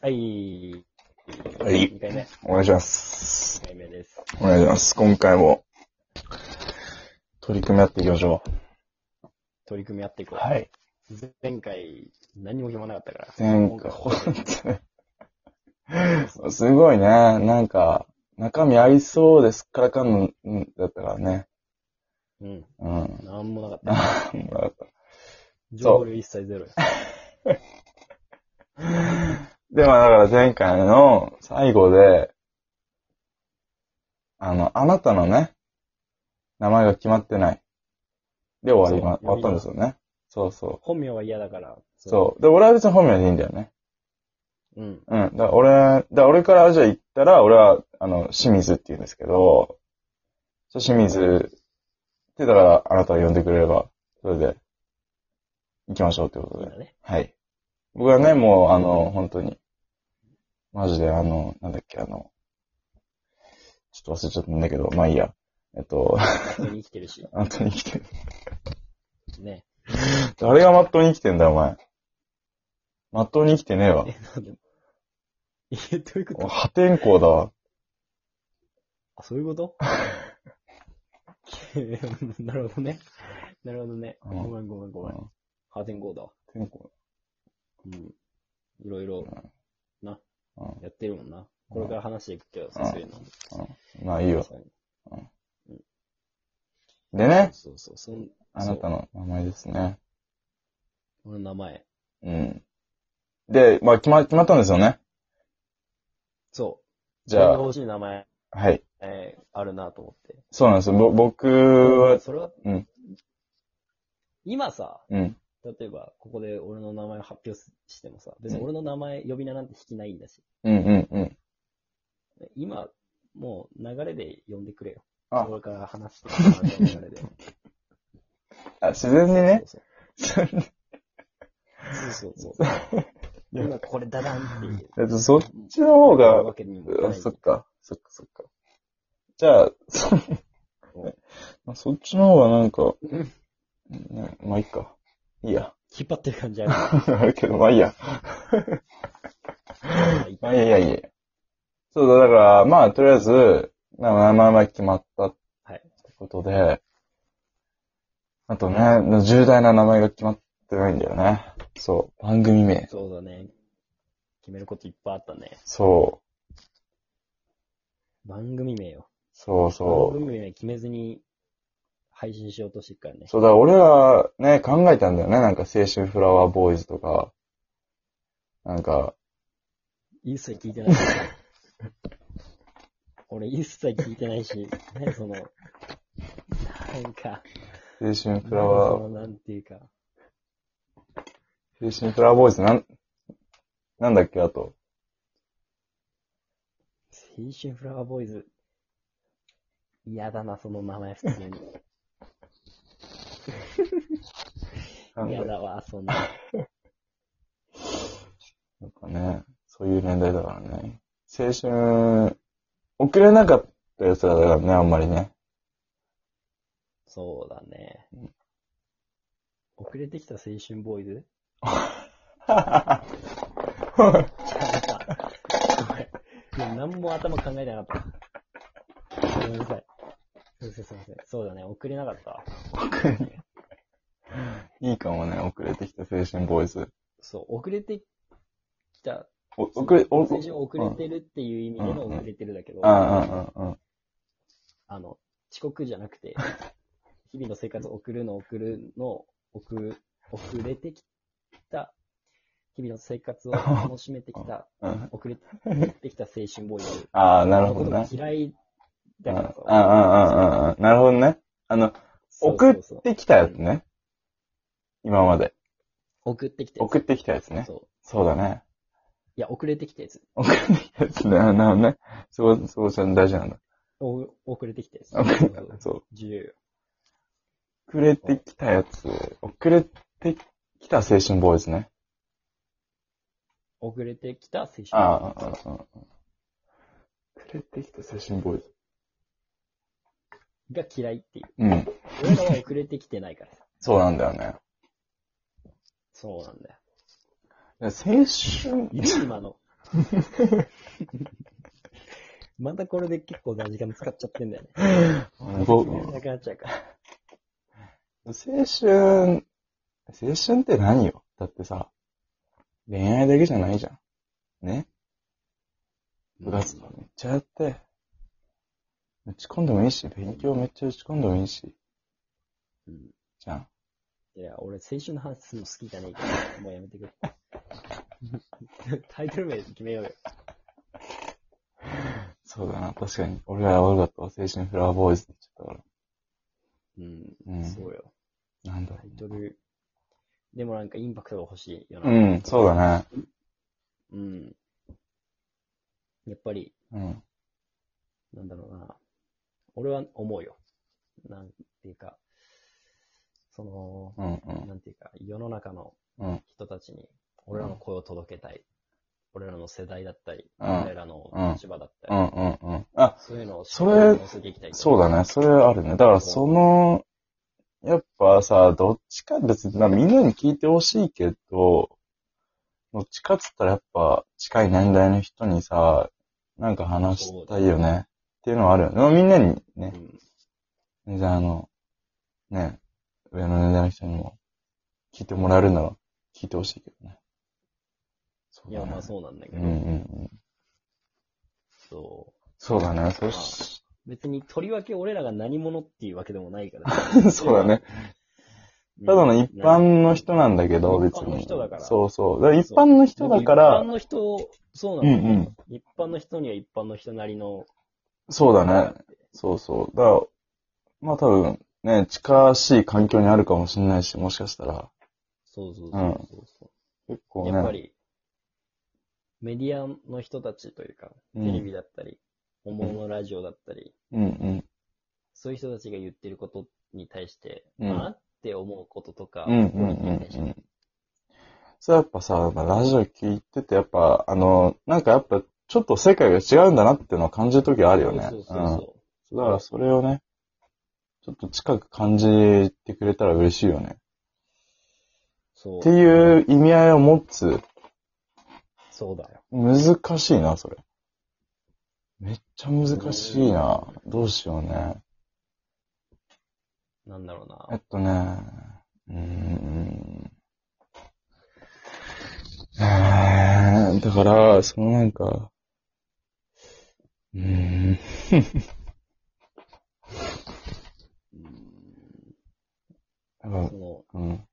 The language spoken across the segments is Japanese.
はい。はい2回目。2お願いします。回目です。お願いします。今回も、取り組み合っていきましょ。取り組み合っていうこう。はい。前回、何も決まらなかったから。前回、 ほんとにすごいね。なんか、中身ありそうですからかんの、んだったからね。うん。うん。 なんもなかった。あーもらった情報量一切ゼロよ。でもだから前回の最後で、あの、あなたのね、名前が決まってない。で終わりま、そう終わったんですよね。そうそう。本名は嫌だから。そう。で、俺は別に本名でいいんだよね。う。うん。うん。だから俺、だから俺からじゃあ言ったら、俺は、あの、清水って言うんですけど、じゃあ清水って、だから、あなたが呼んでくれれば、それで、行きましょうってことそうでだ。ね。はい。僕はね、もう、あの、本当に、マジで、あの、なんだっけ、あの、ちょっと忘れちゃったんだけど、まあいいや。えっと、 普通に生きてるし。本当に生きてる。ね。誰がまっとうに生きてんだよ、お前。まっとうに生きてねえ わ。え、なんでえ、どういうこと破天荒だわ。あ、そういうこと なるほどね。なるほどね。うごんめんごめんごめん。破天荒だわ。天候うん。いろいろうんやってるもんな。これから話していくけどさ、うんそういうの。まあいいよ確。かにでね、そうそうそう。そんあなたの名前ですね。俺の名前。うん。で、まあ決ま、決まったんですよね。そう。じゃ俺があ、欲しい名前、はい。えーあるなと思って。そうなんですよ。ぼ僕は、それは、うん今さ、うん。例えば、ここで俺の名前を発表すしてもさ、別に俺の名前、呼び名なんて引きないんだし。うんうんうん。今、もう流れで呼んでくれよ。あ俺から話してくれる流れ で。あ、自然にね。 そうそうそうそうそ そう。今これダダンっていう。えっと、そっちの方そういうがわ、けにもいかあないそっか、そっかそっか。じゃあ、そ まあそっちの方がなんか、ね、まあいいか。いいや。 引っ張ってる感じある。あるけど、まあいいや。まあいやいやいや。そうだ、だから、まあとりあえず、まあまあまあまあ決まったってはいことで、あとね、重大な名前が決まってないんだよね。そう、番組名。そうだね。決めることいっぱいあったね。そう、番組名よ。そうそう番。組名決めずに配信しようとしてるからね。そうだ、俺らね、考えたんだよね。なんか青春フラワーボーイズとか、なんか、一切聞いてない。 俺一切聞いてないし、何その、なんか、青春フラそワー、のなんていうか、青春フラワーボーイズなん、なんだっけ、あと。青春フラワーボーイズ。嫌だな、その名前、普通に。なんだ嫌だわ、そんな。なんかね、そういう年代だからね。青春、遅れなかったやつらだからね、あんまりね。そうだねうん。遅れてきた青春ボーイズあごめん。もう何も頭考えてなかった。ごめんなさい。すいません、すいません。そうだね、遅れなかったわ。いいかもね、遅れてきた青春ボーイズ。そう、遅れてきた。お遅れ、お、最初遅れてるっていう意味でのうんうん遅れてるだけど、うんうんうんうん。あの、遅刻じゃなくて、日々の生活を送るの送るの、送る、遅れてきた、日々の生活を楽しめてきた、うん遅れてきた青春ボーイズ。ああ、なるほこどとがね。嫌いうだんかうんらうさ。んうんうん。なるほどね。あの、そう送そうっそうてきたやつね。今まで。送ってきて。送ってきたやつね。そう。そうだね。いや、遅れてきたやつ。送ってきたやつね。なるほどね。そう、そうしたの大事なんだ。お 遅れてきたやつ。遅れそうそうそう。自由よ。遅れてきたやつ。遅れてきた青春ボーイズね。遅れてきた青春。ああ、ああ、ああ。遅れてきた青春ボーイズ。が嫌いっていう。うん。俺らは遅れてきてないからさ。 そうなんだよね。そうなんだよ。青春、今の、 またこれで結構な時間使っちゃってんだよね。ぼなくなっちゃうから。青春、青春って何よだってさ、恋愛だけじゃないじゃん。ね部活動めっちゃやって、打ち込んでもいいし、勉強めっちゃ打ち込んでもいいし、うんじゃん。いや、俺、青春の話するの好きじゃねえから、もうやめてくれ。 タイトル名決めようよ。そうだな、確かに。俺ら悪かったわ。青春フラワーボーイズって言っちゃっうん、たから。うん。そうよ。なんだろタイトル。でもなんかインパクトが欲しいよな。う。うん、そうだね。うん。やっぱり、うん。なんだろうな。俺は思うよ。なんていうか、その、うん、うん。なんていうか、世の中のうん人たちに、俺らの声を届けたい。俺らの世代だったり、うん俺らの立場だったうり、ん、うん、うん。あ、そういうのをそれ乗せていきたい。そうだね。それあるね。だからその、やっぱさ、どっちか別に、まあみんなに聞いてほしいけど、どっちかっつったらやっぱ近い年代の人にさ、なんか話したいよね。っていうのはあるよね。まあみんなにうね、ん。全然あの、ね、上の年代の人にも聞いてもらえるなら聞いてほしいけどね。そういだや、ね。まあそうなんだけど、うんうんうん。そう。そうだね。そし、別にとりわけ俺らが何者っていうわけでもないから。 そうだね。うん。ただの一般の人なんだけど、うん別に。一般の人だからそうそう。だから一般の人だか一般ら、の人、そうなんだよ、うんうん一般の人には一般の人なりの、そうだね。そうそう。だから、まあ多分、ね、近しい環境にあるかもしれないし、もしかしたら。そうそうそうそうそう。結構ね。やっぱり、メディアの人たちというか、うテんレビだったり、本物のラジオだったり、うんうん。そういう人たちが言ってることに対して、うんああって思うこととか、うんうんうんうん。そうやっぱさ、まあラジオ聞いてて、やっぱ、あの、なんかやっぱ、ちょっと世界が違うんだなっていうのを感じるときあるよね。そうそうそうん。だからそれをね、ちょっと近く感じてくれたら嬉しいよね。う。ってそういう意味合いを持つそうだよ。難しいな、それ。めっちゃ難しいな。どうしようね。なんだろうえな。っとね、うーん。えーだから、そのなんか、うーん。なんそかの、うん、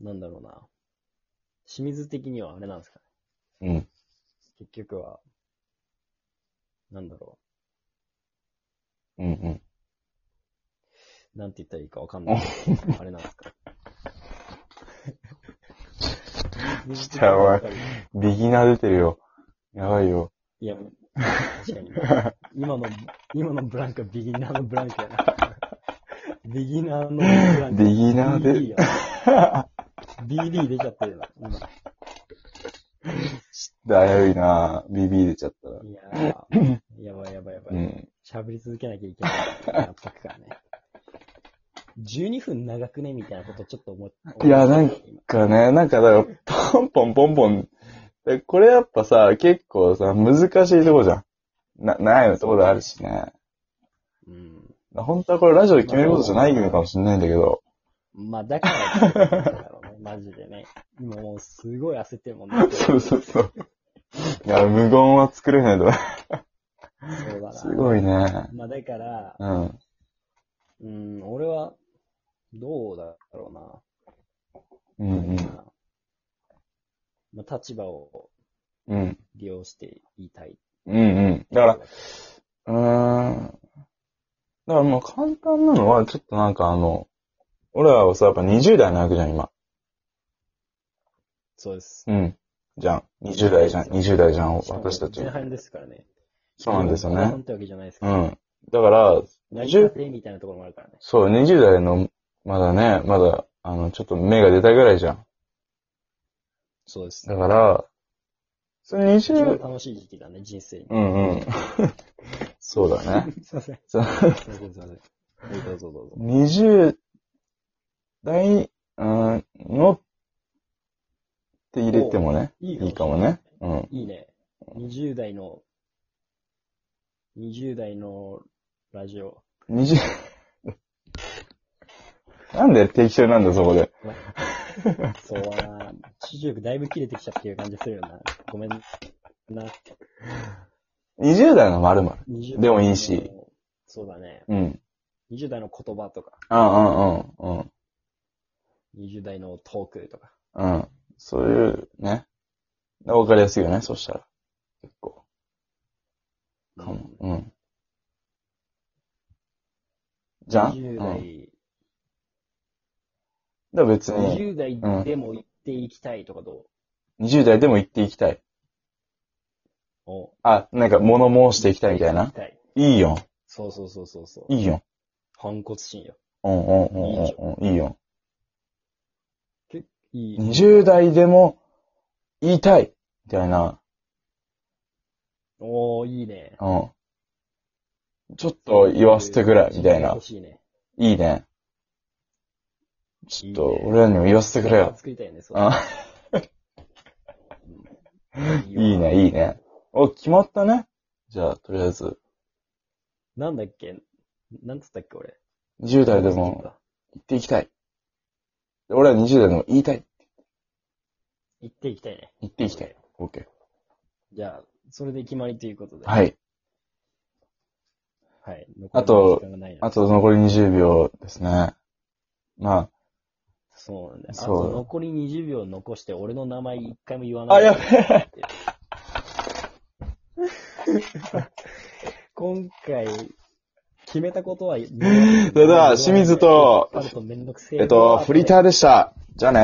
なんだろうな。清水的にはあれなんですかね。うん、結局は、なんだろうん、うん。う。なんて言ったらいいかわかんない。あれなんですか。ちょっとやばい。ビギナー出てるよ。やばいよ。いや、確かに。今の、今のブランクはビギナーのブランクやな。ビギナーのブランク。ビギナーで DD やな DD 出ちゃってるな、今。だ、危ういな。BB 出ちゃったら。いやー、やばいやばいやばうい。ん。喋、り続けなきゃいけない。やっぱくからね。12分長くねみたいなことちょっと思っいやなんか、今かね、なんかだから、ポンポンポンポン。でこれやっぱさ、結構さ、難しいとこじゃん。な、悩むところあるしね。うん。本当はこれラジオで決めることじゃないのかもしれないんだけど。まあ、だから、だろうね、 マジでね。今もうすごい焦ってるもんね。そうそうそう。いや、無言は作れないと。そうだな。すごいね。まあ、だから、うん。うん、俺は、どうだろうな。うんうん。まあ、立場をうん。利用して言いたい。うんうん。だから、うーん。だからもう簡単なのは、ちょっとなんかあの、俺らはさ、やっぱ20代なわけじゃん、今。そうです。うん。じゃん。20代じゃん。20代じゃん、しかも私たち前。半ですからね。そうなんですよ後半ね。ってわけじゃないですけうど。ん。だから、やりた20、てみたいなところもあるからね。そう、20代の、まだね、まだ、あの、ちょっと目が出たぐらいじゃん。そうです。だから、それ一番20、楽しい時期だね、人生に。うん うん。そうだね。 すいません。そすいうません、すいません。はいどうぞどうぞ。 20代、うん、のって入れてもね、いいいかもね。うん。いいね。20代の、20代のラジオ。二十、なんで定期中なんだ、そこで。そうはな、集中力だいぶ切れてきちゃってる感じするよな。ごめんな。 20代の〇〇。 20代のでもいいし。そうだね。うん。 20代の言葉とか、うんうんうん20代のトークとか。うん。うん。そういう、ね。わかりやすいよね、そしたら。結構。かも。うん。じゃんう20ん。代、だから別に、 20代でも行っていきたいとかど20代でも行っていきたい。う、おあ、なんか物申していきたいみたい行なき。たいいいよ。そうそうそうそうそう。いいよ。反骨心よ。うんうんうんうんうん。いいよ。いい。 20代でも言いたいみたいな。おー、いいね。うん。ちょっと言わせてくれ、みたいな欲。しいね。いいね。ちょっと、いいね俺らにも言わせてくれよ。作りたいね、そう。あ、いいいわね、いいね。お、決まったね。じゃあ、とりあえず、なんだっけなんつったっけ、俺。 20代でも行っていきたい。で俺ら20代でも言いたい。行っていきたいね。言っていきたい。OK。じゃあ、それで決まりということで。。はいい。はい。残りあと時間がないなあと残り20秒ですね。まそうなんだよ。あそうと残り20秒残して、俺の名前一回も言わあ、ない。あ、やべえ。 今回、決めたことは、それ それでは清水とめんどくせえなえっと、フリーターでした。じゃあね。